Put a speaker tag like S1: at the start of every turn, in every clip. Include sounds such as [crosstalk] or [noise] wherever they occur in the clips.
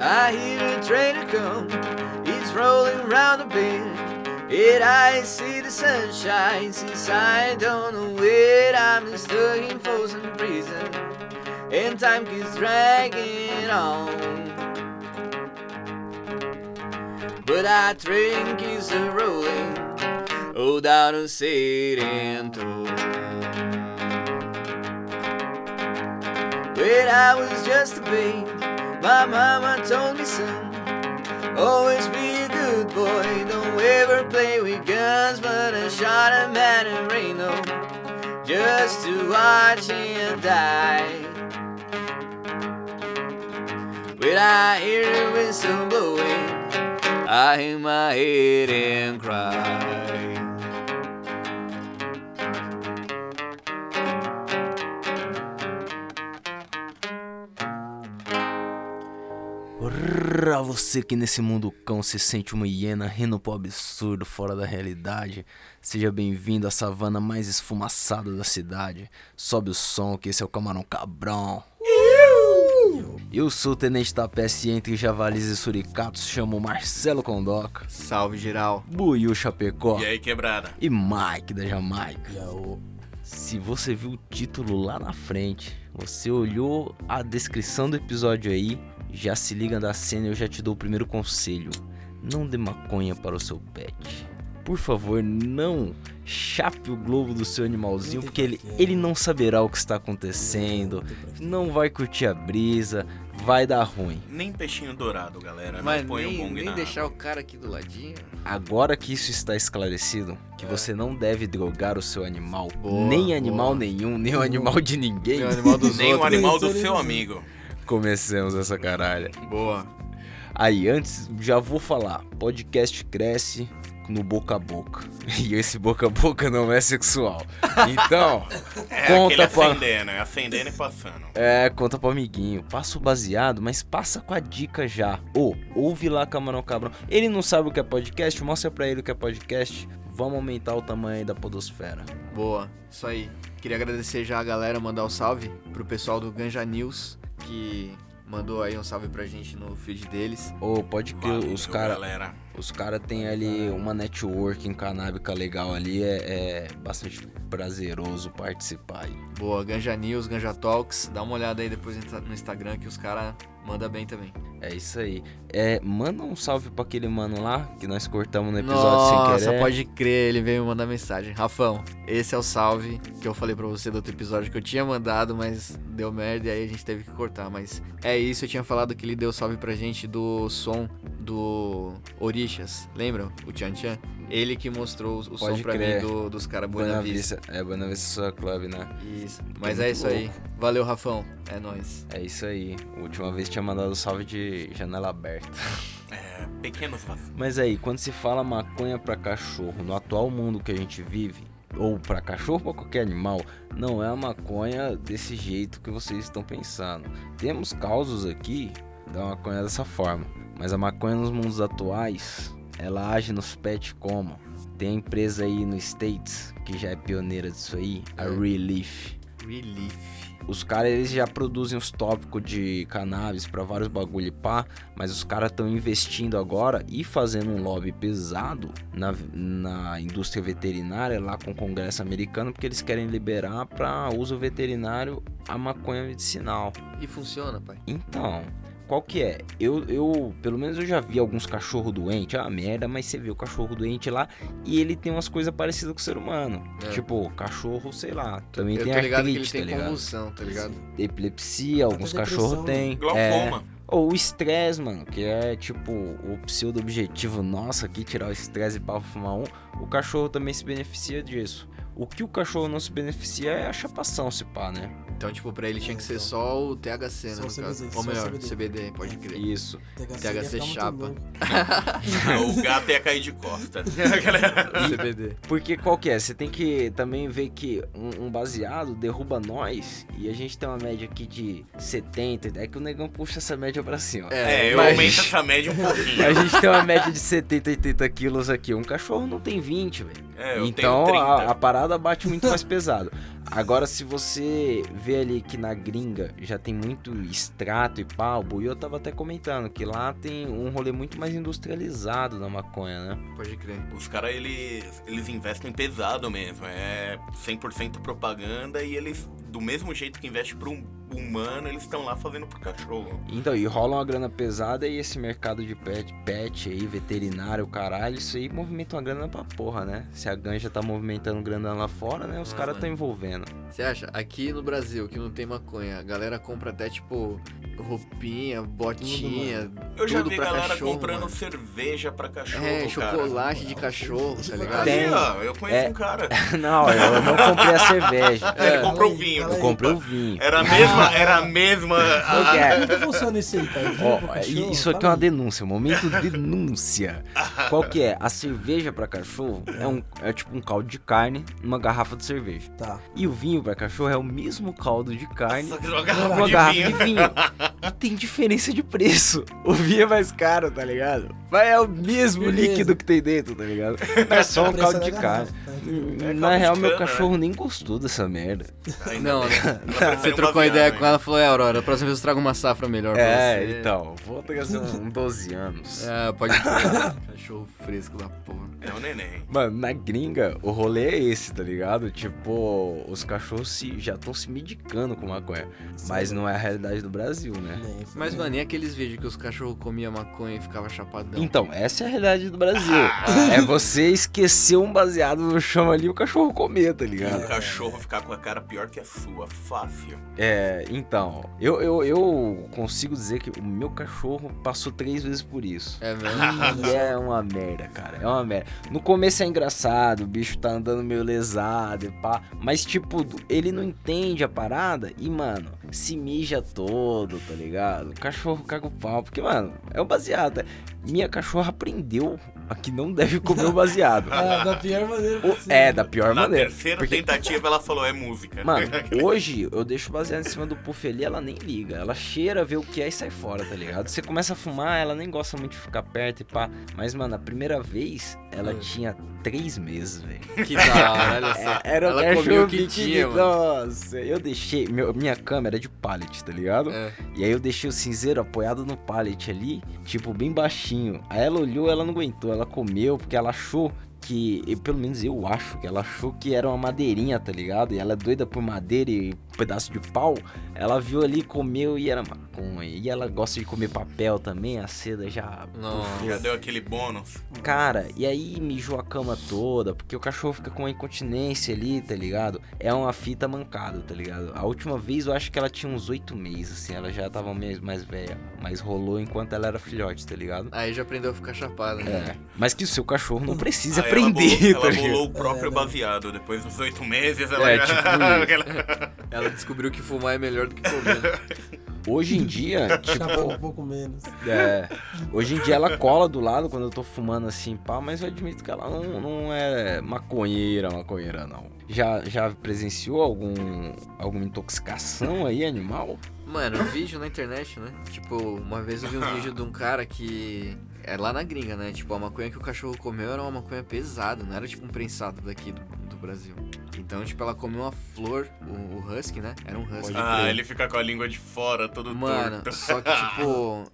S1: I hear the train a come, it's rolling round the bend. It I see the sunshine since I don't know where I'm stuck in frozen prison, and time keeps dragging on. But I drink is a rolling, oh down a city and When I was just a babe, my mama told me, son, always be a good boy. Don't ever play with guns, but I shot a man in Reno just to watch him die. When I hear the whistle blowing, I hang my head and cry.
S2: Pra você que nesse mundo cão se sente uma hiena rindo pro absurdo fora da realidade, seja bem-vindo à savana mais esfumaçada da cidade. Sobe o som que esse é o Camarão Cabrão. Eu sou o Tenente tá da PS entre javalis e suricatos, chamo Marcelo Condoca,
S1: Salve geral.
S2: Buiu Chapecó
S3: E aí, quebrada?
S2: e Mike da Jamaica. Se você viu o título lá na frente, você olhou a descrição do episódio aí, já se liga da cena e eu já te dou o primeiro conselho. Não dê maconha para o seu pet. Por favor, não chape o globo do seu animalzinho, porque ele, ele não saberá o que está acontecendo, não vai curtir a brisa, vai dar ruim.
S3: Nem peixinho dourado, galera.
S1: Mas
S3: não põe o
S1: nem,
S3: bong
S1: nem
S3: na...
S1: deixar o cara aqui do ladinho.
S2: Agora que isso está esclarecido, que você não deve drogar o seu animal,
S1: Boa,
S2: nem animal
S1: boa.
S2: nenhum, nem o animal de ninguém.
S1: Nem o animal dos
S3: Nem o
S1: outros.
S3: animal do seu amigo.
S2: Comecemos essa caralha.
S1: Boa.
S2: Aí, antes, já vou falar. Podcast cresce no boca a boca. [laughs] E esse boca a boca não é
S3: [laughs]
S2: sexual. Então,
S3: É aquele
S2: conta pra...
S3: acendendo, é acendendo e passando.
S2: É, conta pro amiguinho. Passa o baseado, mas passa com a dica já. Ô, ouve lá Camarão Cabrão. Ele não sabe o que é podcast, mostra pra ele o que é podcast. Vamos aumentar o tamanho aí da podosfera.
S1: Boa, isso aí. Queria agradecer já a galera, mandar um salve pro pessoal do Ganja News, que mandou aí um salve pra gente no feed deles.
S2: Ô, pode que
S3: Valeu,
S2: os caras...
S3: galera.
S2: Os caras têm ali uma networking canábica legal ali, é, é bastante prazeroso participar. aí.
S1: Boa, Ganja News, Ganja Talks, dá uma olhada aí depois no Instagram que os caras mandam bem também.
S2: É isso aí. É, manda um salve pra aquele mano lá que nós cortamos no episódio
S1: Nossa,
S2: sem querer.
S1: pode crer, ele veio me mandar mensagem. Rafão, esse é o salve que eu falei pra você do outro episódio que eu tinha mandado, mas deu merda e aí a gente teve que cortar. Mas é isso, eu tinha falado que ele deu salve pra gente do som do Orixas, lembram? O Tchan Tchan. Ele que mostrou o som
S2: Pode
S1: pra
S2: crer.
S1: mim do- dos caras Buena
S2: Buena
S1: Vista.
S2: Vista. É, Buena Vista Social Club, né?
S1: Isso,
S2: é
S1: mas é
S2: muito
S1: isso aí. Valeu, Rafão, é nóis.
S2: É isso aí. Última vez tinha mandado salve de janela aberta.
S3: É, pequenos vasos.
S2: Mas aí, quando se fala maconha pra cachorro, no atual mundo que a gente vive, ou pra cachorro ou pra qualquer animal, não é a maconha desse jeito que vocês estão pensando. Temos causos aqui da maconha dessa forma, mas a maconha nos mundos atuais, ela age nos pets como? Tem a empresa aí nos States que já é pioneira disso aí, a Relief.
S1: Relief.
S2: Os caras eles já produzem os tópicos de cannabis pra vários bagulho e pá, mas os caras estão investindo agora e fazendo um lobby pesado na, na indústria veterinária lá com o Congresso americano, porque eles querem liberar pra uso veterinário a maconha medicinal.
S1: E funciona, pai.
S2: Então, qual que é? Eu, eu pelo menos eu já vi alguns cachorro doente, ah, merda, mas você vê o cachorro doente lá e ele tem umas coisas parecidas com o ser humano.
S1: É.
S2: Tipo, cachorro, sei lá, também
S1: eu
S2: tem
S1: tô ligado que ele
S2: artrite,
S1: tem
S2: tá ligado?
S1: convulsão, tá ligado?
S2: epilepsia, alguns
S4: depressão,
S2: cachorros
S3: né?
S2: têm. É,
S3: Glaucoma.
S2: ou o estresse, mano, que é tipo o pseudo-objetivo nosso aqui, tirar o estresse para fumar um. O cachorro também se beneficia disso. O que o cachorro não se beneficia é a chapação, se pá, né?
S1: Então, tipo, pra ele tinha que ser
S4: Então.
S1: só o THC, né?
S4: Só
S1: no
S4: o
S1: caso.
S4: CBD,
S1: Ou
S4: só o
S1: melhor,
S4: CBD.
S1: CBD, pode crer.
S2: Isso.
S1: THC
S4: ia ficar muito
S1: chapa.
S4: louco.
S2: É.
S3: [laughs] o gato ia cair de costa.
S2: [laughs]
S3: galera.
S1: CBD.
S2: Porque qual que é? Você tem que também ver que um, um baseado derruba nós e a gente tem uma média aqui de 70, é que o negão puxa essa média pra cima.
S3: É, eu
S1: mas- [laughs]
S3: aumento essa média um pouquinho.
S2: A gente tem uma média de 70, 80 quilos aqui. Um cachorro não tem 20, velho.
S3: É, eu
S2: então
S3: tenho
S2: a,
S3: 30.
S2: a parada bate muito mais pesado. Agora, se você vê ali que na gringa já tem muito extrato e pau, e eu tava até comentando que lá tem um rolê muito mais industrializado na maconha, né?
S1: Pode crer.
S3: Os caras, eles, eles investem pesado mesmo. É 100% propaganda e eles, do mesmo jeito que investem pro hum-, humano, eles estão lá fazendo pro cachorro.
S2: Então, e rola uma grana pesada e esse mercado de pet, pet aí, veterinário, caralho, isso aí movimenta uma grana pra porra, né? Se a ganja tá movimentando grana lá fora, né? Os
S1: Ah,
S2: caras
S1: mano.
S2: tão envolvendo. [laughs]
S1: Você acha? Aqui no Brasil, que não tem maconha, a galera compra até, tipo, roupinha, botinha,
S3: Eu já
S1: Tudo
S3: vi
S1: pra
S3: galera
S1: cachorro,
S3: comprando
S1: mano.
S3: cerveja pra cachorro.
S1: é,
S3: cara.
S1: chocolate de
S4: moral,
S1: cachorro,
S4: você-
S1: tá
S4: você
S1: ligado?
S4: vai-
S3: Aí,
S2: Tem.
S3: ó, eu conheço
S2: É.
S3: um cara.
S2: Não, eu não comprei a cerveja.
S1: É,
S3: Ele comprou
S4: fala aí,
S3: um vinho.
S4: fala
S2: Eu
S4: aí.
S2: comprei o vinho.
S3: Era a mesma, era a mesma. a-
S2: Qual que é?
S4: Como que funciona isso aí, cara?
S2: Ó, i- isso aqui é uma denúncia, momento denúncia. Qual que é? A cerveja pra cachorro é, um, é tipo um caldo de carne numa garrafa de cerveja.
S4: Tá.
S2: E o vinho pra cachorro é o mesmo caldo de carne
S3: Só que uma
S2: com
S3: garrafa
S2: uma
S3: de
S2: garrafa
S3: vinho.
S2: de vinho. E tem diferença de preço. O vinho é mais caro, tá ligado? Mas é o mesmo
S4: Beleza.
S2: líquido que tem dentro, tá ligado? É só um
S4: Preço
S2: caldo
S4: da
S2: de carne.
S4: garrafa, tá.
S2: Na
S3: caldo
S2: real,
S3: de
S2: meu
S3: cana,
S2: cachorro nem gostou dessa merda.
S3: Ainda
S1: Não,
S3: bem.
S1: né?
S3: Ela prefere um
S1: Você
S3: uma
S1: trocou ideia
S3: vinagre.
S1: com ela e falou, é, Aurora, a próxima vez eu trago uma safra melhor pra
S2: É,
S1: você.
S2: então, vou trazer uns 12 anos.
S1: É, pode
S3: [laughs]
S1: crer. Cachorro fresco da porra.
S3: É um neném.
S2: Mano, na gringa, o rolê é esse, tá ligado? Tipo, os cachorros se, já estão se medicando com maconha. Mas não é a realidade do Brasil, né?
S4: Nem
S1: [laughs]
S4: fudendo.
S1: Mas, mano, e aqueles vídeos que os cachorros comiam maconha e ficava chapadão?
S2: Então, essa é a realidade do Brasil. é você esquecer um baseado no chão ali e o cachorro comer, tá
S3: O
S2: ligado?
S3: cachorro ficar com a cara pior que a sua. Fácil.
S2: É, então, eu, eu, eu consigo dizer que o meu cachorro passou três vezes por isso.
S1: É mesmo?
S2: E
S4: [laughs]
S2: é uma merda, cara. É uma merda. No começo é engraçado, o bicho tá andando meio lesado e pá. Mas, tipo, ele não entende a parada e, mano, se mija todo, tá ligado? O cachorro caga o pau. Porque, mano, é o baseado. Minha cachorra aprendeu a que não deve comer o
S4: [laughs]
S2: baseado.
S4: Ah, da pior maneira
S2: O-
S4: possível.
S2: é, da pior
S3: Na
S2: maneira.
S3: terceira
S2: porque-
S3: tentativa ela falou, é música.
S2: Mano,
S1: [laughs]
S2: hoje eu deixo o baseado em cima do puff ali, ela nem liga. Ela cheira, vê o que é e sai fora, tá ligado? Você começa a fumar, ela nem gosta muito de ficar perto e pá. Mas, mano, a primeira vez, ela
S1: Hum.
S2: tinha três meses, velho.
S1: Que da hora, olha
S3: [laughs]
S1: só.
S2: É, Era o
S1: Ela
S2: cachorro
S1: comia o que
S2: que
S1: tinha, mano.
S2: Nossa, eu deixei. meu- minha câmera é de pallet, tá ligado?
S1: É.
S2: E aí eu deixei o cinzeiro apoiado no pallet ali, tipo, bem baixinho. Aí ela olhou, ela não aguentou, ela comeu, porque ela achou que, e pelo menos eu acho que ela achou que era uma madeirinha, tá ligado? E ela é doida por madeira e pedaço de pau. Ela viu ali, comeu e era maconha. E ela gosta de comer papel também, a seda já.
S1: Nossa.
S3: Já deu aquele bônus.
S2: Cara, e aí mijou a cama toda, porque o cachorro fica com uma incontinência ali, tá ligado? É uma fita mancada, tá ligado? A última vez eu acho que ela tinha uns oito meses, assim, ela já tava mais, mais velha, mas rolou enquanto ela era filhote, tá ligado?
S1: Aí já aprendeu a ficar chapada, né?
S2: É. Mas que o seu cachorro não
S1: é
S2: precisa
S3: Hum. Aí
S2: aprender,
S3: ela bolou,
S2: tá
S3: ela
S2: ligado?
S3: bolou o próprio baseado. Depois dos oito meses, ela
S1: É,
S3: já... [laughs]
S1: tipo
S3: ela-
S1: Ela descobriu que fumar é melhor do que comer.
S2: Hoje em
S3: [laughs]
S2: dia, tipo.
S4: Chapou um pouco menos.
S2: É, hoje em dia ela cola do lado quando eu tô fumando assim, pá, mas eu admito que ela não, não é maconheira, maconheira não. Já, já presenciou algum, alguma intoxicação aí, animal?
S1: Mano, vídeo na internet, né? Tipo, uma vez eu vi um vídeo de um cara que. É lá na gringa, né? Tipo, a maconha que o cachorro comeu era uma maconha pesada, não era tipo um prensado daqui do, do Brasil. Então, tipo, ela comeu uma flor, o, o husky, né? Era um husky.
S3: Ah, ele fica com a língua de fora, todo
S1: Mano,
S3: torto.
S1: só
S3: [laughs]
S1: que tipo.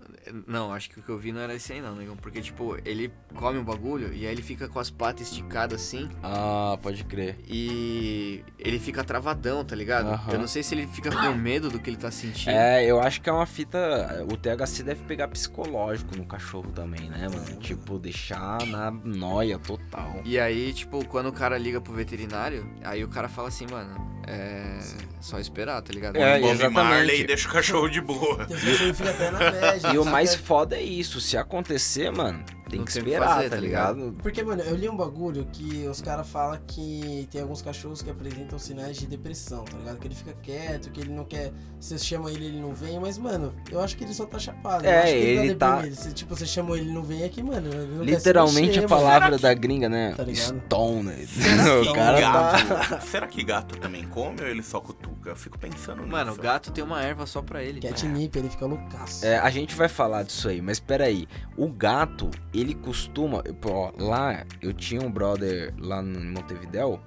S1: Não, acho que o que eu vi não era esse aí não, negão. Porque, tipo, ele come um bagulho e aí ele fica com as patas esticadas assim
S2: Ah, pode crer.
S1: e ele fica travadão, tá ligado?
S2: Aham.
S1: Eu não sei se ele fica com medo do que ele tá sentindo.
S2: É, eu acho que é uma fita. O THC deve pegar psicológico no cachorro também, né, mano? Tipo, deixar na noia total.
S1: E aí, tipo, quando o cara liga pro veterinário, aí o cara fala assim, mano, é. Só esperar, tá ligado?
S2: É,
S1: Bom,
S3: Bob Marley
S2: exatamente.
S3: deixa o cachorro de boa.
S4: Tem pessoas que ficam até na média.
S2: E o
S4: fica-
S2: mais foda é isso, se acontecer, mano, tem
S1: Não
S2: que
S1: tem o que
S2: esperar,
S1: fazer,
S2: tá
S1: tá
S2: ligado?
S4: Porque, mano, eu li um bagulho que os caras falam que tem alguns cachorros que apresentam sinais de depressão, tá ligado? Que ele fica quieto, que ele não quer. Você chama ele, ele não vem, mas, mano, eu acho que ele só tá chapado. eu
S2: É,
S4: acho que
S2: ele tá-
S4: deprimido. Se, tipo, você chamou ele, ele não vem aqui, mano. ele não quer se
S2: Literalmente
S4: mexer,
S2: a
S4: mano.
S2: palavra da gringa, né?
S4: Tá ligado? é
S2: Stoner.
S3: E
S2: [laughs] o
S4: um
S2: cara tá.
S3: gato. Será que gato também come ou ele só cutuca? Eu fico pensando nisso.
S1: Mano, o gato tem uma erva só pra ele.
S4: Catnip, ele fica loucaço.
S2: É, a gente vai falar disso aí, mas peraí. O gato, ele costuma. Ó, lá eu tinha um brother lá em Montevidéu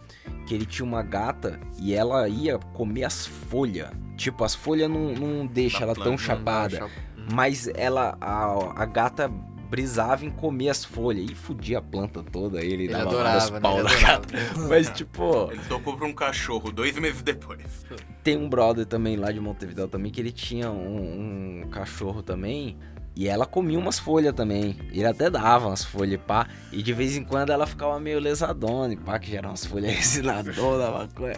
S2: que ele tinha uma gata e ela ia comer as folhas. Tipo, as folhas não, não deixa
S3: Da
S2: ela
S3: planta,
S1: né?
S2: tão
S3: não
S2: chapada. Mas ela, a, a gata brisava em comer as folhas e fudia a planta toda. Ele,
S1: Ele
S2: dava
S1: adorava,
S2: vários
S1: né?
S2: pau
S1: Ele
S2: na
S1: adorava.
S2: gata. Mas, tipo,
S3: Ele tocou pra um cachorro dois meses depois.
S2: tem um brother também lá de Montevideo também que ele tinha um, um cachorro também. E ela comia umas folhas também. Ele até dava umas folhas, pá. E de vez em quando ela ficava meio lesadona, e pá, que já eram umas folhas [laughs] resinadoras, maconha.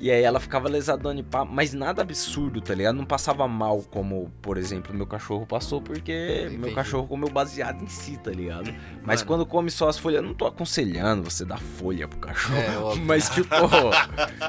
S2: E aí ela ficava lesadona, e pá. Mas nada absurdo, tá ligado? Não passava mal, como, por exemplo, meu cachorro passou, porque meu
S1: Entendi.
S2: cachorro comeu baseado em si, tá ligado? Mas
S1: Mano.
S2: quando come só as folhas, eu não tô aconselhando você dar folha pro
S1: [laughs]
S2: cachorro.
S1: É, óbvio.
S2: Mas,
S3: [laughs]
S2: tipo,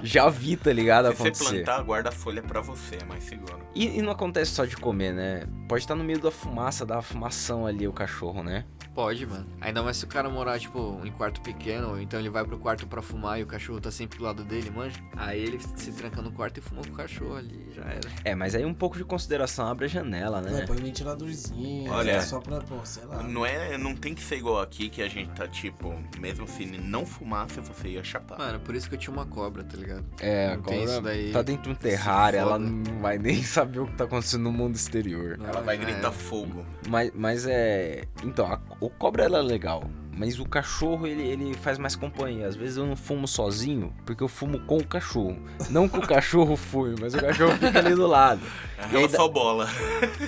S2: já vi, tá ligado?
S3: Se você
S2: acontecer.
S3: plantar, guarda a folha pra você, é mais seguro.
S2: E, e não acontece só de comer, né? Pode estar no meio da fumaça, da fumação ali o cachorro, né?
S1: Pode, mano. Ainda mais se o cara morar, tipo, em quarto pequeno, ou então ele vai pro quarto pra fumar e o cachorro tá sempre do lado dele, manja. Aí ele se tranca no quarto e fuma com o cachorro ali, já era.
S2: É, mas aí um pouco de consideração abre a janela,
S4: Não,
S2: né?
S4: põe um ventiladorzinho, assim,
S3: Olha.
S4: só pra, pô, sei
S2: Ah.
S4: lá.
S3: Não é, não tem que ser igual aqui que a gente tá tipo, mesmo se não fumasse, você ia
S2: Tá.
S3: chapar.
S1: Mano, por isso que eu tinha uma cobra, tá ligado?
S2: É,
S1: Não tem isso daí.
S2: tá dentro de um
S1: Se
S2: terrário, ela
S1: foda.
S2: não vai nem [laughs] saber o que tá acontecendo no mundo exterior.
S1: Não,
S3: Ela vai
S1: é,
S3: gritar fogo.
S2: Mas, mas é. Então, a- o cobra ela é legal. Mas o cachorro, ele, ele faz mais companhia. Às vezes eu não fumo sozinho, porque eu fumo com o cachorro. Não que o [laughs] cachorro fume, mas o cachorro fica ali do lado. E
S3: Ela
S2: aí dá-
S3: só bola.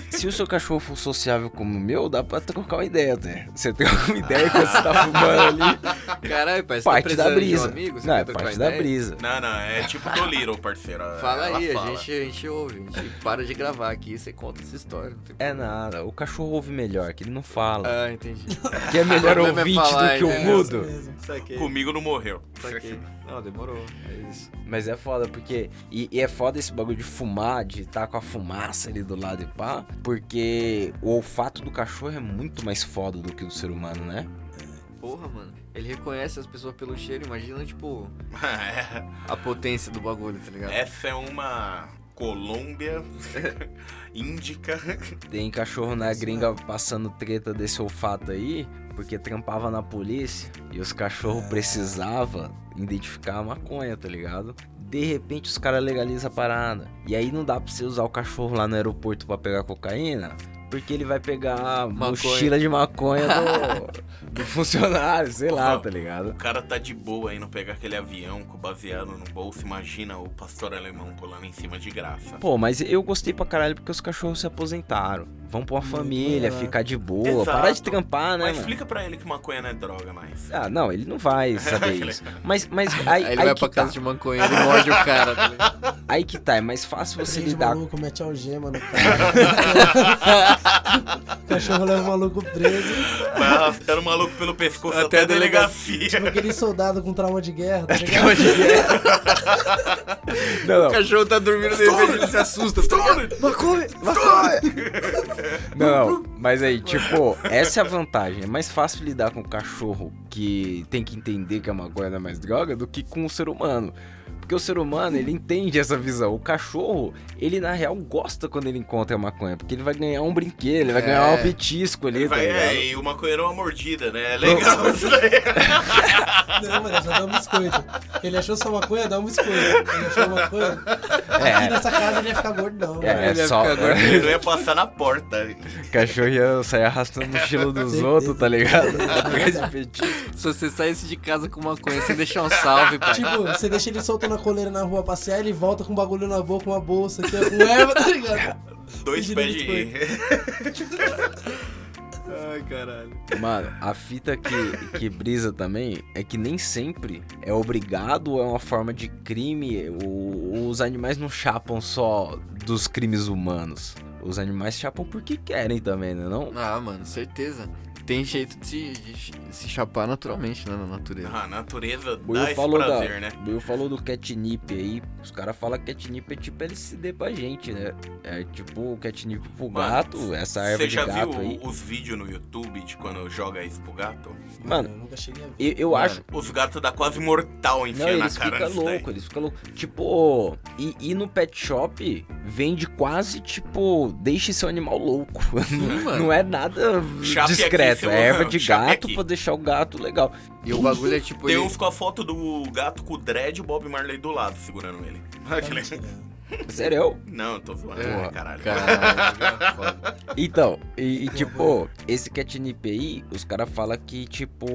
S2: Se o seu cachorro for sociável como o meu, dá pra trocar uma ideia, né? Você tem uma ideia quando você tá fumando ali.
S1: Caralho, pai, você tá
S2: parte da
S1: precisando de um
S2: brisa.
S1: amigo? Você
S2: Não,
S1: quer
S2: é
S1: trocar
S2: parte da
S1: ideia?
S2: brisa.
S3: Não, não, é tipo Toliro, parceiro.
S1: [laughs] Fala
S3: Ela
S1: aí, A, gente, a gente ouve. A gente para de gravar aqui e você conta essa história. não tem
S2: É
S1: problema.
S2: nada, o cachorro ouve melhor, que ele não fala.
S1: Ah, entendi. [laughs]
S2: Que é melhor
S1: o problema é
S2: ouvinte
S1: falar,
S2: do que o
S1: né?
S4: isso
S2: mudo.
S4: mesmo.
S1: Saquei.
S3: Comigo não morreu.
S1: Saquei. Não, demorou. É isso.
S2: Mas é foda, porque. E, e é foda esse bagulho de fumar, de estar com a fumaça ali do lado e pá. Porque o olfato do cachorro é muito mais foda do que o do ser humano, né?
S1: Porra, mano. Ele reconhece as pessoas pelo cheiro. Imagina, tipo,
S3: [laughs] É.
S1: a potência do bagulho, tá ligado?
S3: Essa é uma
S1: [laughs]
S3: Colômbia Índica.
S2: Tem cachorro na gringa passando treta desse olfato aí, porque trampava na polícia e os cachorros precisavam identificar a maconha, tá ligado? De repente os caras legalizam a parada. E aí não dá pra você usar o cachorro lá no aeroporto pra pegar cocaína, porque ele vai pegar a
S1: Maconha.
S2: mochila de maconha do, do funcionário, sei lá,
S3: Não.
S2: tá ligado?
S3: O cara tá de boa aí não pegar aquele avião com o baseado no bolso. Imagina o pastor alemão pulando em cima de graça.
S2: Pô, mas eu gostei pra caralho porque os cachorros se aposentaram. Vão pra uma
S4: Muito
S2: família,
S4: melhor.
S2: ficar de boa, parar de
S3: Exato.
S2: trampar, né,
S3: Mas
S2: mano?
S3: explica pra ele que maconha não é droga mais.
S2: Ah, não, ele não vai saber
S1: [laughs]
S2: isso. Mas, mas
S1: Aí
S2: aí,
S1: ele
S2: aí
S1: vai
S2: que
S1: pra casa
S2: tá.
S1: de maconheiro e morde o cara, tá ligado?
S2: Aí que tá, é mais fácil você
S4: Prende o
S2: lidar.
S4: maluco, mete algema no
S2: [laughs]
S4: cara. [laughs] o cachorro leva o maluco preso.
S3: Vai arrastando o maluco pelo pescoço
S1: Até
S3: até,
S1: a
S3: a delegacia.
S4: Tipo aquele soldado com trauma
S2: [laughs]
S4: de guerra, tá ligado?
S2: Calma de não,
S1: O
S2: não,
S1: cachorro tá dormindo de repente ele se assusta. tá ligado?
S4: Maconha!
S2: não, não. Mas aí, tipo, essa é a vantagem. É mais fácil lidar com o cachorro que tem que entender que a maconha não é mais droga do que com o ser humano. Porque o ser humano, ele entende essa visão. O cachorro, ele na real gosta quando ele encontra a maconha. Porque ele vai ganhar um brinquedo, ele vai
S1: É.
S2: ganhar um petisco ali,
S3: Ele
S2: tá
S3: [laughs] vai,
S2: ligado?
S3: é, e o maconheiro é uma mordida, né? É legal isso daí.
S2: [laughs]
S4: Não, mas só dá um biscoito. Ele achou só maconha, dá um biscoito. Ele achou maconha. Aqui nessa casa ele ia ficar gordão. né?
S2: É,
S4: mano.
S2: é
S1: Ele vai
S2: só. [laughs]
S1: ficar gordinho.
S3: Ele não ia passar na porta.
S2: Cachorro ia sair arrastando o mochila
S4: [laughs]
S2: dos
S4: Certeza.
S2: outros, tá ligado? [laughs] Atrás de petisco.
S1: Se você saísse de casa com maconha sem deixar um salve, pai.
S4: Tipo, você deixa ele solto na coleira na rua passear, ele volta com um bagulho na boca, uma bolsa aqui, ó, com erva, tá ligado?
S3: Dois
S4: Gira
S3: pés de. [laughs]
S1: Ai, caralho.
S2: Mano, a fita que, que brisa também é que nem sempre é obrigado ou é uma forma de crime. O, os animais não chapam só dos crimes humanos. Os animais chapam porque querem também, né? Não?
S1: Ah, mano, certeza. Tem jeito de se, de se chapar naturalmente, né, na natureza.
S3: Ah, a natureza
S2: O
S3: dá
S2: Will
S3: esse
S2: falou, da,
S3: prazer, né?
S2: o Will falou do catnip aí. Os caras falam que catnip é tipo LCD pra gente, né? É tipo o catnip pro
S3: Mano,
S2: gato, essa erva
S3: Você
S2: de
S3: já
S2: gato
S3: viu
S2: aí.
S3: os vídeos no YouTube de quando joga isso pro gato?
S2: Mano,
S4: eu nunca cheguei a ver.
S2: Eu, eu
S1: Mano,
S2: acho.
S3: Os gatos dá quase mortal
S2: Não,
S3: enfiando na
S2: eles
S3: cara
S2: ficam
S3: disso daí.
S2: loucos, eles ficam loucos. Tipo, e, e no pet shop vende quase, tipo, deixe seu animal louco. [laughs]
S1: Sim, mano.
S2: Não é nada
S3: Chape aqui,
S2: discreto,
S3: Parece
S2: certo.
S3: um
S2: É erva de gato
S3: chapeque.
S2: pra deixar o gato legal.
S1: E o bagulho é tipo.
S3: Tem
S1: ele-
S3: uns com a foto do gato com o dread e o Bob Marley do lado, segurando ele. Aquele-
S4: né?
S2: Sério?
S3: Não, eu tô zoando,
S1: É,
S3: né, caralho.
S1: Caralho, é foda.
S2: Então, e,
S3: [laughs]
S2: e, tipo, esse catnip aí, os caras falam que, tipo,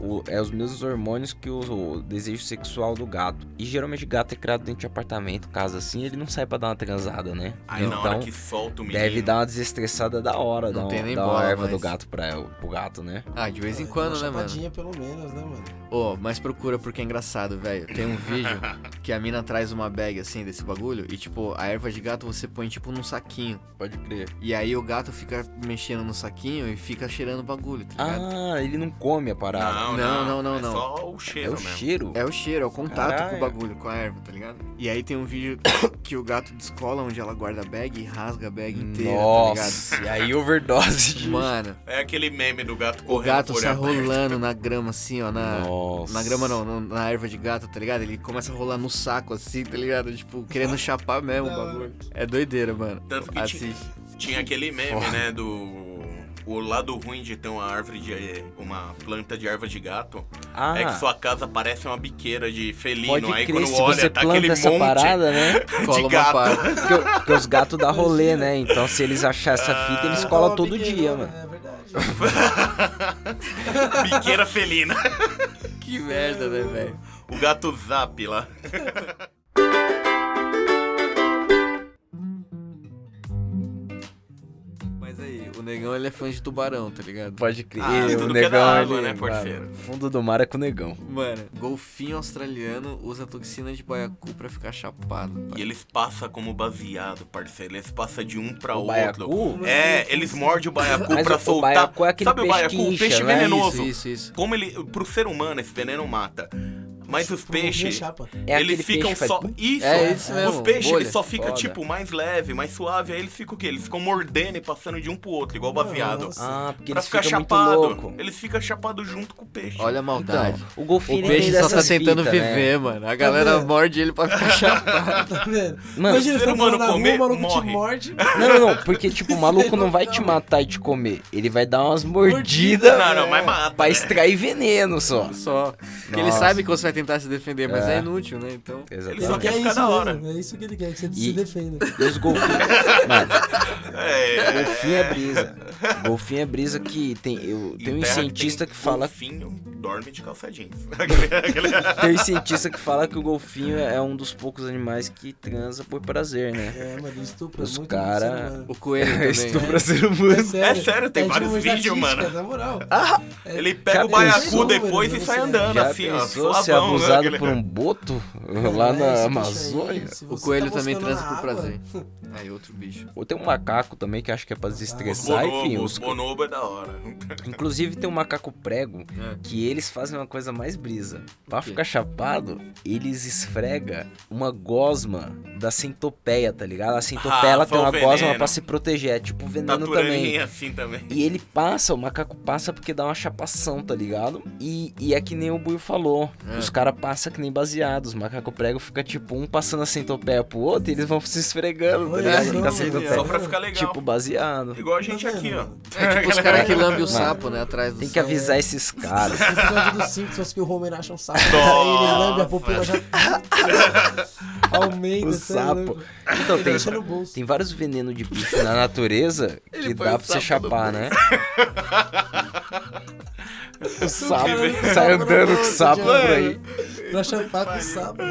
S2: o- é os mesmos hormônios que o, o desejo sexual do gato. E geralmente gato é criado dentro de apartamento, casa assim, ele não sai pra dar uma transada, né?
S3: Aí na hora que solta o menino.
S2: Deve dar uma desestressada da hora,
S1: Não
S2: dar,
S1: tem
S2: um-
S1: nem
S2: dar
S1: bola,
S2: uma erva do
S1: mas-
S2: gato pra, pro gato, né?
S1: Ah, de vez em quando, né, mano?
S4: Chapadinha pelo menos, né, mano?
S1: Ô, mas procura porque é engraçado, velho. Tem um
S2: [laughs]
S1: vídeo que a mina traz uma bag assim desse bagulho e, tipo, a erva de gato você põe, tipo, num saquinho.
S2: Pode crer.
S1: E aí o gato fica mexendo no saquinho e fica cheirando o bagulho, tá ligado?
S2: Ah, ele não come a parada.
S3: Não,
S1: Não, não, não,
S3: é
S1: não.
S3: só o
S2: é
S3: cheiro
S2: o
S3: mesmo.
S2: cheiro?
S1: É o cheiro, é o contato com
S2: Caralho.
S1: o bagulho, com a erva, tá ligado? E aí tem um vídeo que o gato descola onde ela guarda a bag e rasga a bag
S3: tá
S1: inteira,
S2: Nossa, e aí overdose
S1: tá
S2: de...
S1: ligado? Mano,
S3: É aquele meme do gato
S1: o
S3: correndo
S1: gato
S3: por
S1: se
S3: aí.
S1: arrolando na grama assim, ó, na...
S2: Nossa.
S1: Na grama não, no- na erva de gato, tá ligado? Ele começa a rolar no saco assim, tá ligado? Tipo, querendo chapar mesmo o
S4: Da hora.
S1: bagulho. É doideira, mano.
S3: Tanto que
S1: Assiste.
S3: Tinha aquele meme, né, do... O lado ruim de ter uma árvore de... Uma planta de erva de gato
S2: Ah,
S3: é que sua casa parece uma biqueira de felino.
S2: pode
S3: aí
S2: crer,
S3: quando
S2: se
S3: olha,
S2: você
S3: tá
S2: planta
S3: aquele
S2: essa
S3: monte
S2: parada, né?
S3: de
S1: Cola uma
S3: gato.
S2: [laughs]
S1: pá.
S2: Porque, o- porque os gatos dá rolê, né? Então se eles acharem essa fita,
S3: Ah,
S2: eles colam todo dia, mano.
S4: É verdade.
S3: Biqueira felina.
S1: Que merda, né, velho?
S3: O gato zap lá.
S1: Mas aí, o negão ele é fã de tubarão, tá ligado?
S2: Pode crer.
S3: Ah,
S2: E
S3: tudo
S2: o
S3: que é
S2: negão
S3: da água,
S2: ali,
S3: né, parceiro?
S2: um mano, Fundo do mar é com o negão.
S1: Mano, golfinho australiano usa toxina de baiacu pra ficar chapado.
S3: E
S1: pai.
S3: eles passam como baseado, parceiro. Eles passam de um pra
S2: O
S3: outro.
S2: baiacu? assim?
S3: É, eles mordem o baiacu
S2: Mas
S3: pra
S2: o- o
S3: soltar.
S2: baiacu é aquele
S3: Sabe o
S2: peixe que
S3: baiacu? O
S2: incha,
S3: peixe
S2: não é
S3: venenoso.
S1: Tá Isso, isso, isso.
S3: Como ele. Pro ser humano, esse veneno mata. Mas os peixes.
S4: Tipo, Chapa.
S2: É aquele
S3: eles ficam
S2: peixe que
S3: só.
S2: faz-
S3: Isso,
S1: É isso mesmo,
S3: Os peixes
S1: bolha.
S3: eles só ficam,
S2: Foda.
S3: tipo, mais leve, mais suave. Aí eles ficam o quê? Eles ficam mordendo e passando de um pro outro, igual baseado.
S4: Nossa.
S2: Ah, porque
S3: pra
S2: eles
S3: ficar
S2: ficam muito
S3: chapado.
S2: louco.
S3: Eles ficam chapados junto com o peixe.
S1: Olha a maldade.
S2: Então, o golfinho
S1: o
S2: ele tem
S1: peixe só
S2: dessas
S1: tá tentando
S2: fitas, né?
S1: viver, mano. A galera
S4: vendo?
S1: morde ele pra ficar [laughs] chapado.
S4: Tá vendo?
S2: Mano,
S4: Imagina,
S3: o
S4: você
S3: ser
S4: tá
S3: humano
S4: andando na rua,
S3: comer,
S4: o maluco
S3: morre.
S4: te
S3: [laughs]
S4: morde.
S2: Não, não, não, porque tipo, o maluco não vai te
S4: Não.
S2: matar e te comer. Ele vai dar umas
S4: Mordida,
S2: mordidas
S3: Não, não, mas mata. né?
S2: pra extrair veneno só.
S1: Só. Porque ele
S2: Nossa.
S1: sabe que você vai tentar se defender, mas é,
S2: É.
S1: inútil, né? Então.
S3: Ele só
S4: Ele
S3: quer
S4: quer
S3: ficar
S4: isso
S3: da hora.
S4: mesmo, É isso que ele quer, que você
S2: E-
S4: se defenda.
S2: E os golfinhos. Mano,
S3: É.
S2: golfinho é brisa. Golfinho é brisa que tem. Eu, tem um
S3: Em terra
S2: cientista
S3: tem
S2: que fala
S3: golfinho, dorme de calça jeans. [laughs] Aquele- aquele-
S2: [laughs] Tem um cientista que fala que o golfinho é um dos poucos animais que transa por prazer, né?
S4: É, mano, estupra
S2: Os
S4: muito
S2: cara-
S4: ser humano.
S1: O
S2: [laughs]
S1: coelho
S2: É
S1: também. né?
S2: Estupra ser humano.
S3: É sério, tem vários
S4: uma
S3: vídeos,
S4: tipo, estatística,
S3: mano.
S4: Na moral.
S2: Ah,
S4: É,
S3: Ele pega
S2: Já
S3: o baiacu
S4: pensou,
S3: depois
S4: mano,
S3: e sai
S4: você-
S3: andando,
S2: Já
S3: assim, ó.
S2: pensou
S3: suavão,
S2: ser abusado
S3: né? É,
S2: por um
S3: [laughs]
S2: boto lá
S4: Caralho, esse
S2: na
S4: bicho
S2: Amazônia?
S4: É, aí, se
S1: O
S4: você
S1: coelho
S4: tá
S1: também
S4: moscando
S1: transa
S4: na
S1: por
S4: água,
S1: prazer. [laughs] Aí, outro bicho.
S2: Ou tem um macaco também que acho que é pra
S3: Os
S2: desestressar, enfim.
S3: bonobos, os
S2: os-
S3: bonobo é da hora.
S2: Inclusive tem um macaco prego
S1: É.
S2: que eles fazem uma coisa mais brisa. Pra
S1: O quê?
S2: ficar chapado, eles esfrega uma gosma da centopeia, tá ligado? A centopeia
S3: Ah,
S2: ela tem
S3: foi o
S2: uma gosma
S3: veneno.
S2: pra se proteger, é tipo veneno também.
S3: Taturaninha assim também.
S2: E ele passa, o macaco passa porque dá uma chapação, tá ligado? E, e é que nem o Buio falou.
S1: É.
S2: Os caras passam que nem baseados. Os macaco prego fica tipo um passando a centopeia pro outro e eles vão se esfregando, tá
S4: Olha
S2: ligado?
S1: só,
S2: Da
S1: genial.
S2: centopeia.
S3: Só pra ficar legal.
S2: Tipo baseado.
S3: Igual a
S4: né,
S3: gente aqui, ó.
S1: É
S3: [laughs]
S1: tipo os caras que lambem o
S2: Mano,
S1: sapo, né? Atrás do
S2: Tem que
S1: sapo.
S2: avisar esses
S4: [laughs]
S2: caras.
S4: Esse episódio dos Simpsons que o Homer acha um sapo.
S3: Nossa.
S4: Aí ele lambe a
S3: [laughs]
S4: pupila já. Aumenta.
S2: O
S4: cê é louco.
S2: Um sapo. Então
S4: Ele
S2: tem,
S4: deixa no bolso.
S2: tem vários venenos de bicho na natureza que
S1: Ele põe
S2: dá
S1: o
S2: pra você
S1: sapo no [laughs]
S2: chapar, né? O sapo
S4: cara
S2: sai
S4: no
S2: andando com o
S4: bolso,
S2: sapo por
S4: já.
S2: aí.
S4: Pra chapar com o sapo.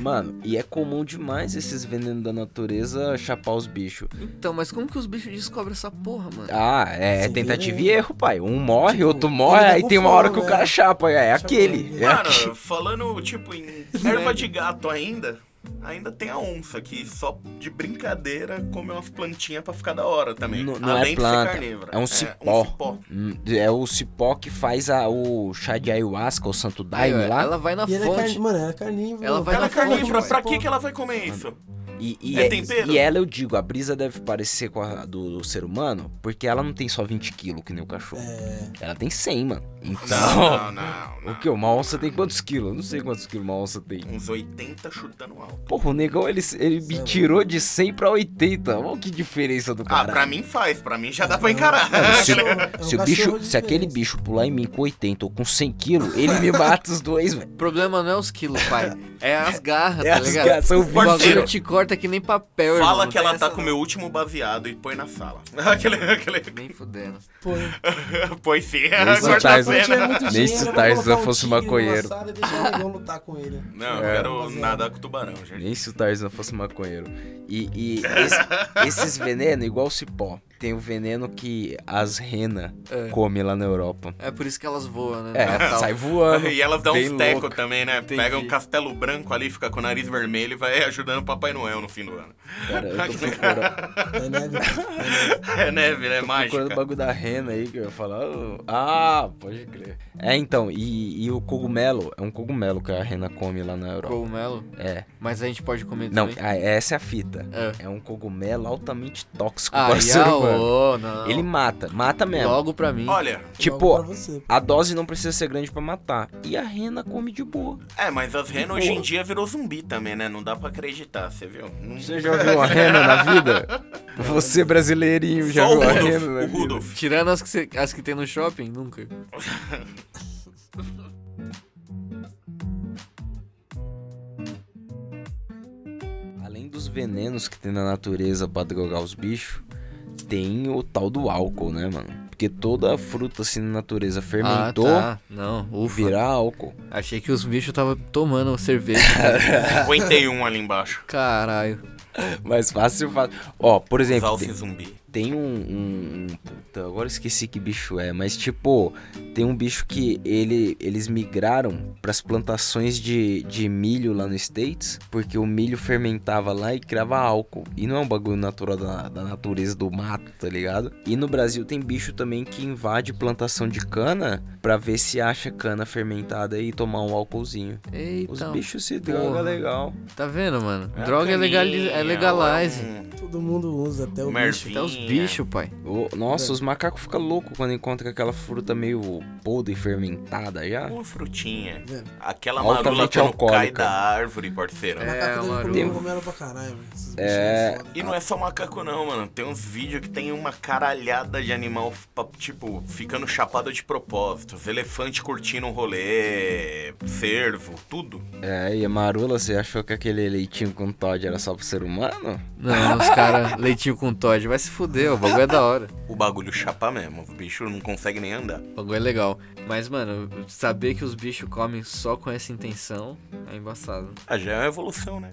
S2: Mano, e é comum demais esses venenos da natureza chapar os bichos.
S1: Então, mas como que os bichos descobrem essa porra, mano?
S2: Ah, é
S4: Sim,
S2: tentativa
S4: né?
S2: e erro, pai. Um morre,
S4: Tipo,
S2: outro
S4: ele
S2: morre,
S4: tá
S2: aí
S4: com
S2: tem uma hora que
S4: fome,
S2: o
S4: né?
S2: cara chapa. É
S4: Chapa
S2: aquele.
S4: ele.
S2: É
S3: Cara,
S2: aquele.
S3: falando, tipo, em erva de gato ainda, ainda tem a onça que só de brincadeira come umas plantinhas pra ficar da hora também.
S2: Não- não é
S3: Além de ser
S2: planta,
S3: carnívora.
S2: é um
S3: É
S2: cipó.
S3: um cipó.
S2: Hum, É o cipó que faz a- o chá de ayahuasca, o santo
S1: Aí,
S2: daime
S1: ó,
S2: lá.
S1: ela vai na
S4: E ele é
S1: fonte.
S4: carni... Mano, ela é carnívoro.
S1: Ela vai
S3: Ela é
S1: na fonte,
S3: carnívora,
S1: pai.
S3: pra que que ela vai comer isso?
S2: E, e,
S3: É tempero.
S2: e ela, eu digo, a brisa deve parecer com a do, do ser humano, porque ela não tem só 20 quilos, que nem o cachorro.
S4: É,
S2: Ela tem 100, mano. Então,
S3: Não, não, não.
S2: [laughs]
S3: não.
S2: o que? Uma onça tem quantos quilos? Eu não sei quantos quilos uma onça tem.
S3: Uns 80 chutando alto.
S2: Porra, o negão, ele, ele me
S4: Sei
S2: tirou de 100 pra 80. Olha que diferença do
S3: Ah,
S2: cara.
S3: pra mim faz, pra mim já dá pra encarar.
S2: Mano, se,
S4: É um cachorro- é um
S2: se o
S4: cachorro
S2: bicho,
S4: de
S2: se aquele
S4: diferença.
S2: bicho pular em mim com 80 ou com 100 quilos, ele me mata os
S4: [laughs]
S2: dois, velho.
S1: O problema não é os quilos, pai. É as garras,
S2: [laughs] É
S1: tá
S2: as
S1: ligado?
S2: garras, são
S1: o bagulho
S3: parceiro.
S1: te corta que nem papel, irmão.
S3: Fala
S1: não
S3: que
S1: tem
S3: ela
S1: essa
S3: tá com o
S1: não.
S3: meu último baseado e põe na sala. [laughs] aquele, aquele...
S1: Nem fudendo.
S4: pô,
S3: [laughs] Põe sim,
S2: Esse
S3: corta a
S2: Tarzan.
S4: se eu tiver
S3: cena.
S4: é muito
S2: Nem
S4: dinheiro,
S2: se
S4: eu vou
S2: Tarzan
S4: colocar um
S2: fosse
S4: tigre
S2: maconheiro.
S4: numa sala e deixar o negão lutar tá com ele.
S3: Não, eu
S2: É.
S3: quero nadar com o tubarão, gente.
S2: Nem se o Tarzan fosse maconheiro. E, e esse- esses venenos, igual o cipó. Tem o veneno que as renas
S1: É.
S2: comem lá na Europa.
S1: É por isso que elas voam, né?
S2: É,
S1: No Natal.
S2: [laughs] sai voando.
S3: E elas dão
S2: bem
S3: uns teco
S2: louca.
S3: também, né?
S1: Entendi.
S3: Pega um castelo branco ali, fica com o nariz vermelho e vai ajudando o Papai Noel no fim do ano.
S2: Cara,
S3: [laughs]
S2: eu tô procurando,
S4: É, né, velho?
S3: É neve, né?
S2: tô procurando o
S3: Mágica.
S2: bagulho da rena aí que eu ia falar. "Oh, Ah, pode crer. É, então, e, e o cogumelo, é um cogumelo que a rena come lá na Europa.
S1: Cogumelo.
S2: É.
S1: Mas a gente pode comer
S2: Não,
S1: também.
S2: a- essa é a fita.
S1: É.
S2: É um cogumelo altamente tóxico
S1: Ah,
S2: para o [laughs] ser humano.
S1: Iaô, não.
S2: Ele mata, mata mesmo.
S1: Logo pra mim.
S3: Olha,
S4: Logo
S2: Tipo,
S4: pra você.
S2: a dose não precisa ser grande pra matar. E a rena come de boa.
S3: é, mas as renas
S2: Porra.
S3: hoje em dia virou zumbi também, né? Não dá pra acreditar, você viu? Não...
S2: Você já viu a rena na vida? Você brasileirinho já
S3: Só o
S2: viu a né? rena na
S3: Rudolf, o
S2: vida?
S3: Rudolf.
S1: Tirando as que, cê- as que tem no shopping, nunca.
S2: Além dos venenos que tem na natureza pra drogar os bichos, tem o tal do álcool, né, mano? Porque toda fruta assim na natureza fermentou,
S1: Ah, tá. Não, ufa.
S2: virar álcool.
S1: Achei que os bichos tava tomando
S2: [laughs]
S1: cerveja.
S3: 51 ali embaixo.
S1: Caralho.
S2: Mas fácil, fácil. Ó, por exemplo,
S3: Salve
S2: tem,
S3: zumbi.
S2: tem um, um- um- Puta, agora eu esqueci que bicho é, mas tipo, tem um bicho que ele, eles migraram pras plantações de, de milho lá nos States, porque o milho fermentava lá e criava álcool. E não é um bagulho natural da, da natureza do mato, tá ligado? E no Brasil tem bicho também que invade plantação de cana pra ver se acha cana fermentada e tomar um álcoolzinho. Os
S1: Eita,
S2: bichos se droga
S1: porra.
S2: legal.
S1: tá vendo, mano? Droga é, legal,
S3: legalize.
S1: é legalize.
S4: Todo mundo usa, até o bicho.
S3: Mervinha.
S1: Até os bichos, pai.
S2: Ô, nossa, os macacos ficam loucos quando encontram aquela fruta meio podre e fermentada já.
S3: Uma frutinha.
S4: Velho,
S3: Aquela
S2: Altamente
S3: marula quando cai
S2: alcoólica.
S3: da árvore, parceiro.
S1: É,
S4: macaco deve
S1: Maru.
S4: comer cogumelo pra caralho, velho. Esses bichos
S2: É.
S4: são foda.
S3: E não é só macaco não, mano. Tem uns vídeos que tem uma caralhada de animal, pa- tipo, ficando chapado de propósito. Elefante curtindo um rolê, cervo, tudo.
S2: É, e a marula, você achou que aquele leitinho com Todd era só pro ser humano?
S1: Não, os caras, [laughs] leitinho com Todd. Vai se fuder, o bagulho é da hora.
S3: O bagulho chapa mesmo. O bicho não consegue nem andar.
S1: O bagulho é legal. Mas, mano, saber que os bichos comem só com essa intenção é embaçado.
S3: Ah, já é uma evolução, né?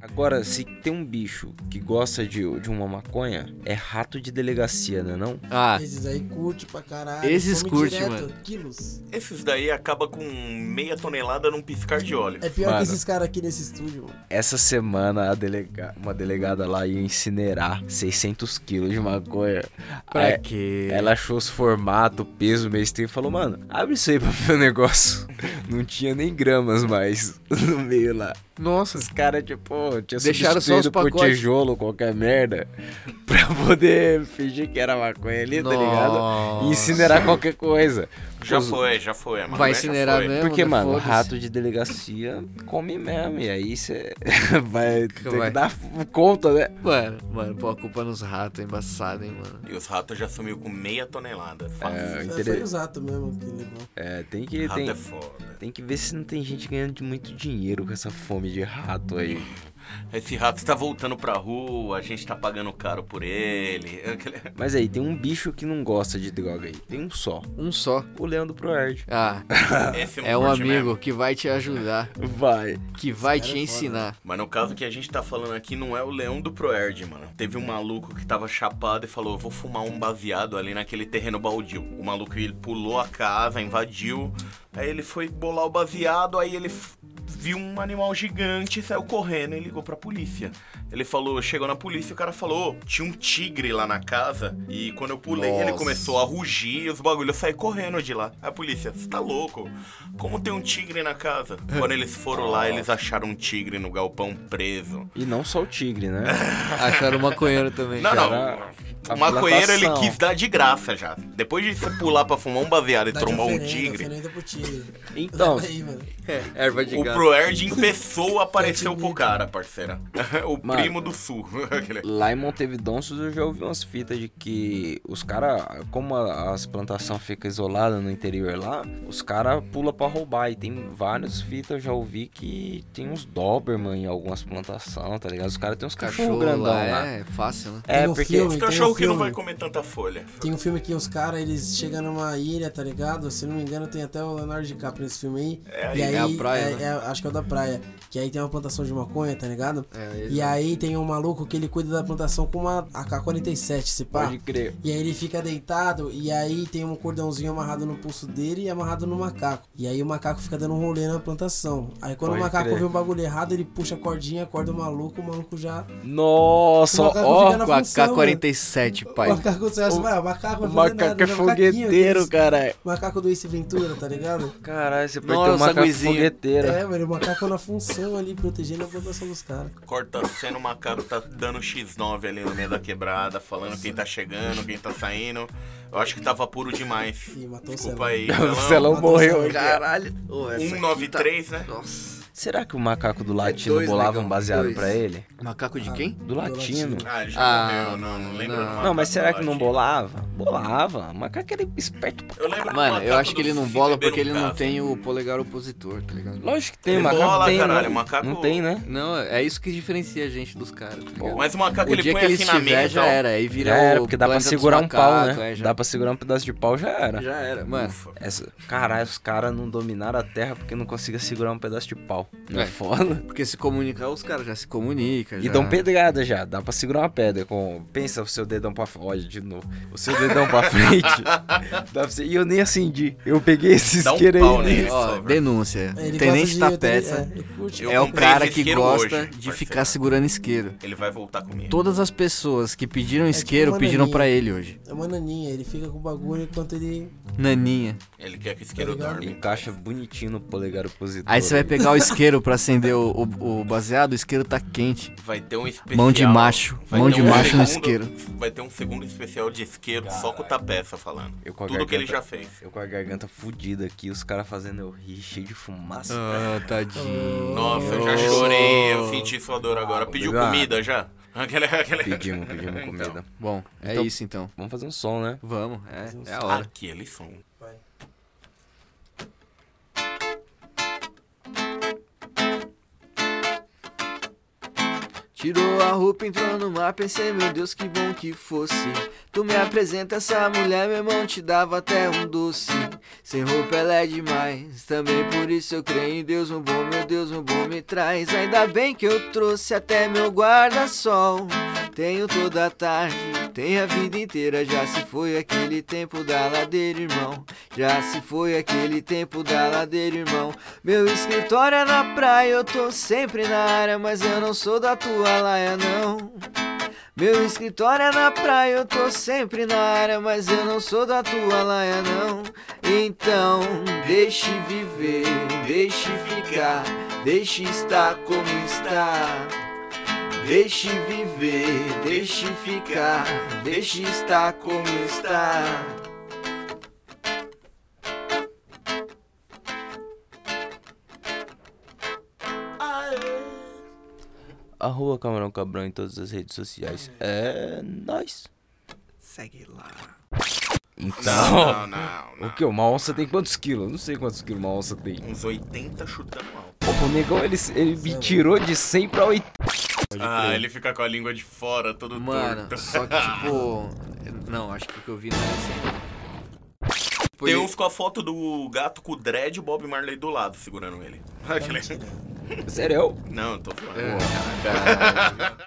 S2: Agora, se tem um bicho que gosta de, de uma maconha, é rato de delegacia, né não?
S1: Ah,
S4: Esses aí curte pra caralho.
S1: Esses
S4: come
S1: curte,
S4: direto,
S1: mano.
S4: Quilos.
S3: Esses daí acaba com meia tonelada num piscar de olho.
S4: É pior
S2: Mano.
S4: que esses caras aqui nesse estúdio, mano.
S2: Essa semana, a delega... uma delegada lá ia incinerar 600 quilos de maconha.
S1: pra
S2: Aí,
S1: quê?
S2: Ela achou os formatos, o peso, o meio e falou, mano, abre isso aí pra ver o negócio. [laughs] Não tinha nem gramas mais [laughs] no meio lá.
S1: Nossa,
S2: Os caras, tipo, pô, tinha
S1: Deixaram só os
S2: substituído por
S1: pacotes.
S2: tijolo, qualquer merda, [laughs] pra poder fingir que era maconha ali, tá ligado? E incinerar qualquer coisa.
S3: Já
S2: Os-
S3: foi, já foi. mano.
S1: Vai
S3: Já
S1: incinerar
S3: foi.
S1: mesmo?
S2: Porque,
S1: né?
S2: mano,
S1: Foda-se.
S2: rato de delegacia come mesmo, e aí você [laughs] vai ter
S1: Vai.
S2: que dar f- conta, né?
S1: Mano, mano, pô, a culpa nos ratos é embaçada, hein, mano.
S3: E os ratos já sumiu com meia tonelada.
S2: É,
S3: Fácil.
S4: É,
S2: intere-
S4: foi os ratos mesmo que levou.
S2: É, tem que...
S3: Rato
S2: Tem...
S3: é foda.
S2: Tem que ver se não tem gente ganhando de muito dinheiro com essa fome de rato aí.
S3: Esse rato tá voltando pra rua, a gente tá pagando caro por ele.
S1: É.
S3: Aquele-
S2: Mas aí, tem um bicho que não gosta de droga aí. Tem um só.
S1: Um só.
S2: O Leandro Proerd.
S1: Ah,
S3: Esse não
S1: é um
S3: curte
S1: amigo
S3: mesmo.
S1: que vai te ajudar,
S2: Vai.
S1: que vai
S4: cara
S1: te
S4: é foda.
S1: ensinar.
S3: Mas no caso que a gente tá falando aqui, não é o leão do Proerd, mano. Teve um maluco que tava chapado e falou: Eu vou fumar um baseado ali naquele terreno baldio. O maluco ele pulou a casa, invadiu. Aí ele foi bolar o baseado, aí ele f- viu um animal gigante, saiu correndo e ligou pra polícia. Ele falou, chegou na polícia, o cara falou, "Ô, tinha um tigre lá na casa e quando eu pulei ele
S1: Nossa.
S3: começou a rugir, e os bagulhos, eu saí correndo de lá. A polícia, você tá louco? Como tem um tigre na casa?
S2: É.
S3: Quando eles foram lá, eles acharam um tigre no galpão preso.
S2: E não só o tigre, né?
S1: Acharam o maconheiro também.
S3: Ah, Não,
S2: tipo
S1: cara.
S2: Era
S3: não.
S2: a
S3: O maconheiro ele
S2: plantação.
S3: quis dar de graça já. Depois de você pular pra fumar um baseado e
S4: Dá né? de
S3: trombar um
S4: oferenda,
S3: tigre,
S4: oferenda pro tigre.
S2: Então,
S4: Leva aí, mano.
S1: Erva de
S3: O
S1: gato.
S2: [laughs]
S3: Proerd em pessoa apareceu
S4: Pet
S3: pro cara, parceira. [laughs] O
S2: Mano.
S3: primo do sul. [laughs] Aquele-
S2: Lá em Montevidonsos eu já ouvi umas fitas de que os cara, como a- as plantações ficam isoladas no interior lá, os cara pula pra roubar. E tem várias fitas, eu já ouvi que tem uns Doberman em algumas plantações, tá ligado? Os caras tem uns cachorro,
S1: Cachorro
S2: grandão
S1: lá,
S2: lá.
S1: é fácil, né?
S2: É,
S4: Tem um
S2: porque
S4: filme.
S3: Esse
S4: tem um
S3: cachorro que não
S4: filme.
S3: vai comer tanta folha.
S4: Tem um filme que os caras, eles chegam numa ilha, tá ligado? Se não me engano, tem até o Leonardo DiCaprio nesse filme aí.
S3: É,
S4: e aí,
S1: é a praia,
S4: é-
S1: né?
S4: é- acho que é o da praia. Que aí tem uma plantação de maconha, tá ligado?
S1: É,
S4: E aí tem um maluco que ele cuida da plantação com uma AK-47, se pá.
S2: Pode crer.
S4: E aí ele fica deitado e aí tem um cordãozinho amarrado no pulso dele e amarrado no macaco. E aí o macaco fica dando um rolê na plantação. Aí quando
S2: Pode
S4: o macaco
S2: crer.
S4: vê um bagulho errado, ele puxa a cordinha, acorda o maluco, o maluco já.
S2: Nossa,
S4: O um macaco
S2: ó,
S4: fica na
S1: Com a
S4: função,
S1: K-47, pai.
S4: O macaco, você acha,
S2: O-
S4: vai, o macaco
S2: o
S4: vai fazer
S2: macaco
S4: nada,
S2: é
S4: né? O macaquinho,
S2: fogueteiro,
S4: aqueles-
S2: cara.
S4: Macaco do Ace Ventura, tá ligado?
S2: Caralho, você
S1: Nossa,
S2: perdeu o macaco
S1: guizinho.
S2: fogueteiro.
S4: É, velho, o macaco na função ali, protegendo a plantação dos caras.
S3: Corta sendo o macaco tá dando X9 ali no meio da quebrada, falando quem tá chegando, quem tá saindo. Eu acho que tava puro demais.
S4: Ih, matou o
S3: Desculpa
S4: Celão.
S3: aí.
S2: [laughs] O Celão morreu.
S1: Caralho. Ô, essa aqui tá-
S3: 193, né?
S1: Nossa.
S2: Será que o macaco do latino
S1: dois,
S2: bolava
S1: negão,
S2: um baseado
S1: dois.
S2: pra ele?
S1: Macaco de quem?
S2: Do latino.
S3: Ah, ele já
S1: Ah,
S3: morreu, não, não lembro.
S1: não.
S3: do
S2: Não, mas
S3: macaco
S2: será que não
S3: latino.
S2: bolava? Bolava. O macaco era esperto pra
S3: Eu lembro do
S1: Mano, eu
S3: macaco
S1: acho que
S3: do um
S1: ele não
S3: Sul
S1: bola
S3: bebendo
S1: porque ele não
S3: caça.
S1: tem o polegar opositor, tá ligado?
S2: Lógico que tem,
S3: Ele
S2: macaco
S3: bola,
S2: tem,
S3: caralho,
S2: não.
S3: macaco-
S2: Não tem, né?
S1: Não, é isso que diferencia a gente dos caras, tá ligado?
S3: Mas o macaco
S1: o
S3: ele
S1: dia
S3: põe
S1: que ele
S3: assim na
S1: estiver
S3: mesa.
S1: já
S3: ó.
S1: era, aí vira
S2: Já era,
S1: o
S2: porque dá pra
S1: planeta dos
S2: segurar um pau,
S1: macacos,
S2: né?
S1: é, já,
S2: Dá pra segurar um pedaço de pau, já era.
S1: já era, mano.
S3: Ufa.
S2: Essa... Caralho, os caras não dominaram a terra porque não conseguiam segurar um pedaço de pau. Não é,
S1: É.
S2: foda?
S1: Porque se comunicar, os caras já se comunicam.
S2: E
S1: já.
S2: dão pedrada já, dá pra segurar uma pedra. Com... Pensa o seu dedão pra frente. Olha, de novo. O seu dedão pra frente.
S3: [laughs]
S2: dá pra você- E eu nem acendi. Eu peguei esse
S3: Dá um
S2: isqueiro
S3: pau
S2: aí.
S3: nele.
S2: né?
S1: Ó,
S3: Isso,
S1: denúncia.
S4: É, Ele gosta
S1: Tenente
S4: de-
S1: da peça
S4: É, ele curte.
S3: Eu
S1: é o
S3: comprei
S1: cara
S3: esse
S1: que
S3: isqueiro
S1: gosta
S3: hoje,
S1: de
S3: parceiro.
S1: ficar segurando isqueiro.
S3: Ele vai voltar comigo.
S1: Todas as pessoas que pediram
S4: tipo
S1: isqueiro
S4: uma
S1: pediram
S4: naninha.
S1: pra ele hoje.
S4: É uma naninha, ele fica com o bagulho enquanto ele.
S1: Naninha.
S3: Ele quer que o isqueiro
S4: Tá ligado?
S3: dorme.
S2: Encaixa bonitinho no polegar opositor.
S1: Aí você vai pegar o isqueiro pra acender o, o- o baseado, o isqueiro tá quente.
S3: Vai ter um especial.
S1: Mão de macho.
S3: Vai
S1: Mão
S3: ter
S1: de
S3: um
S1: macho no
S3: segundo-
S1: isqueiro.
S3: Vai ter um segundo especial de isqueiro só com o Tapeça falando.
S2: Eu com a
S3: Tudo que ele já
S2: garganta-
S3: fez.
S2: Eu com a garganta fudida aqui, os caras fazendo eu rir, cheio de fumaça.
S1: Ah, tadinho.
S3: Nossa, eu já
S1: Oh.
S3: chorei. Eu senti sua dor agora. Pediu
S2: Obrigado.
S3: comida já? Aquele, aquele...
S2: Pedimos, pedimos comida.
S1: Bom, é
S2: Então-
S1: isso então.
S2: Vamos fazer um som, né?
S1: Vamos, é, é a
S3: Então,
S1: hora.
S3: aquele som.
S4: Vai.
S1: Tirou a roupa, entrou no mar, pensei, meu Deus, que bom que fosse. Tu me apresenta essa mulher, meu irmão, te dava até um doce. Sem roupa ela é demais, também por isso eu creio em Deus, um bom, meu Deus, um bom me traz. Ainda bem que eu trouxe até meu guarda-sol. Tenho toda a tarde, tenho a vida inteira, já se foi aquele tempo da ladeira, irmão. Já se foi aquele tempo da ladeira, irmão. Meu escritório é na praia, eu tô sempre na área, mas eu não sou da tua laia, não. Meu escritório é na praia, eu tô sempre na área, mas eu não sou da tua laia, não. Então, deixe viver, deixe ficar, deixe estar como está. Deixe viver, deixe ficar, deixe estar como está.
S2: Arroba Camarão Cabrão em todas as redes sociais. É nóis.
S1: Segue lá.
S2: Então, [laughs]
S3: Não, não, não. não.
S2: o que? Uma onça tem quantos quilos? Não sei quantos quilos uma onça tem.
S3: Uns 80 chutando alto.
S2: Porra, o negão, ele, ele me tirou de 100 pra 80.
S3: Ah, ele fica com a língua de fora, todo
S1: Mano,
S3: [laughs] torto.
S1: só que [laughs] tipo. Não, acho que o que eu vi não é assim. Tipo,
S3: Tem
S1: ele-
S3: uns com a foto do gato com o dread e o Bob Marley do lado, segurando ele. Aquele...
S2: Sério?
S1: É.
S3: Não, eu tô falando.
S1: Caralho.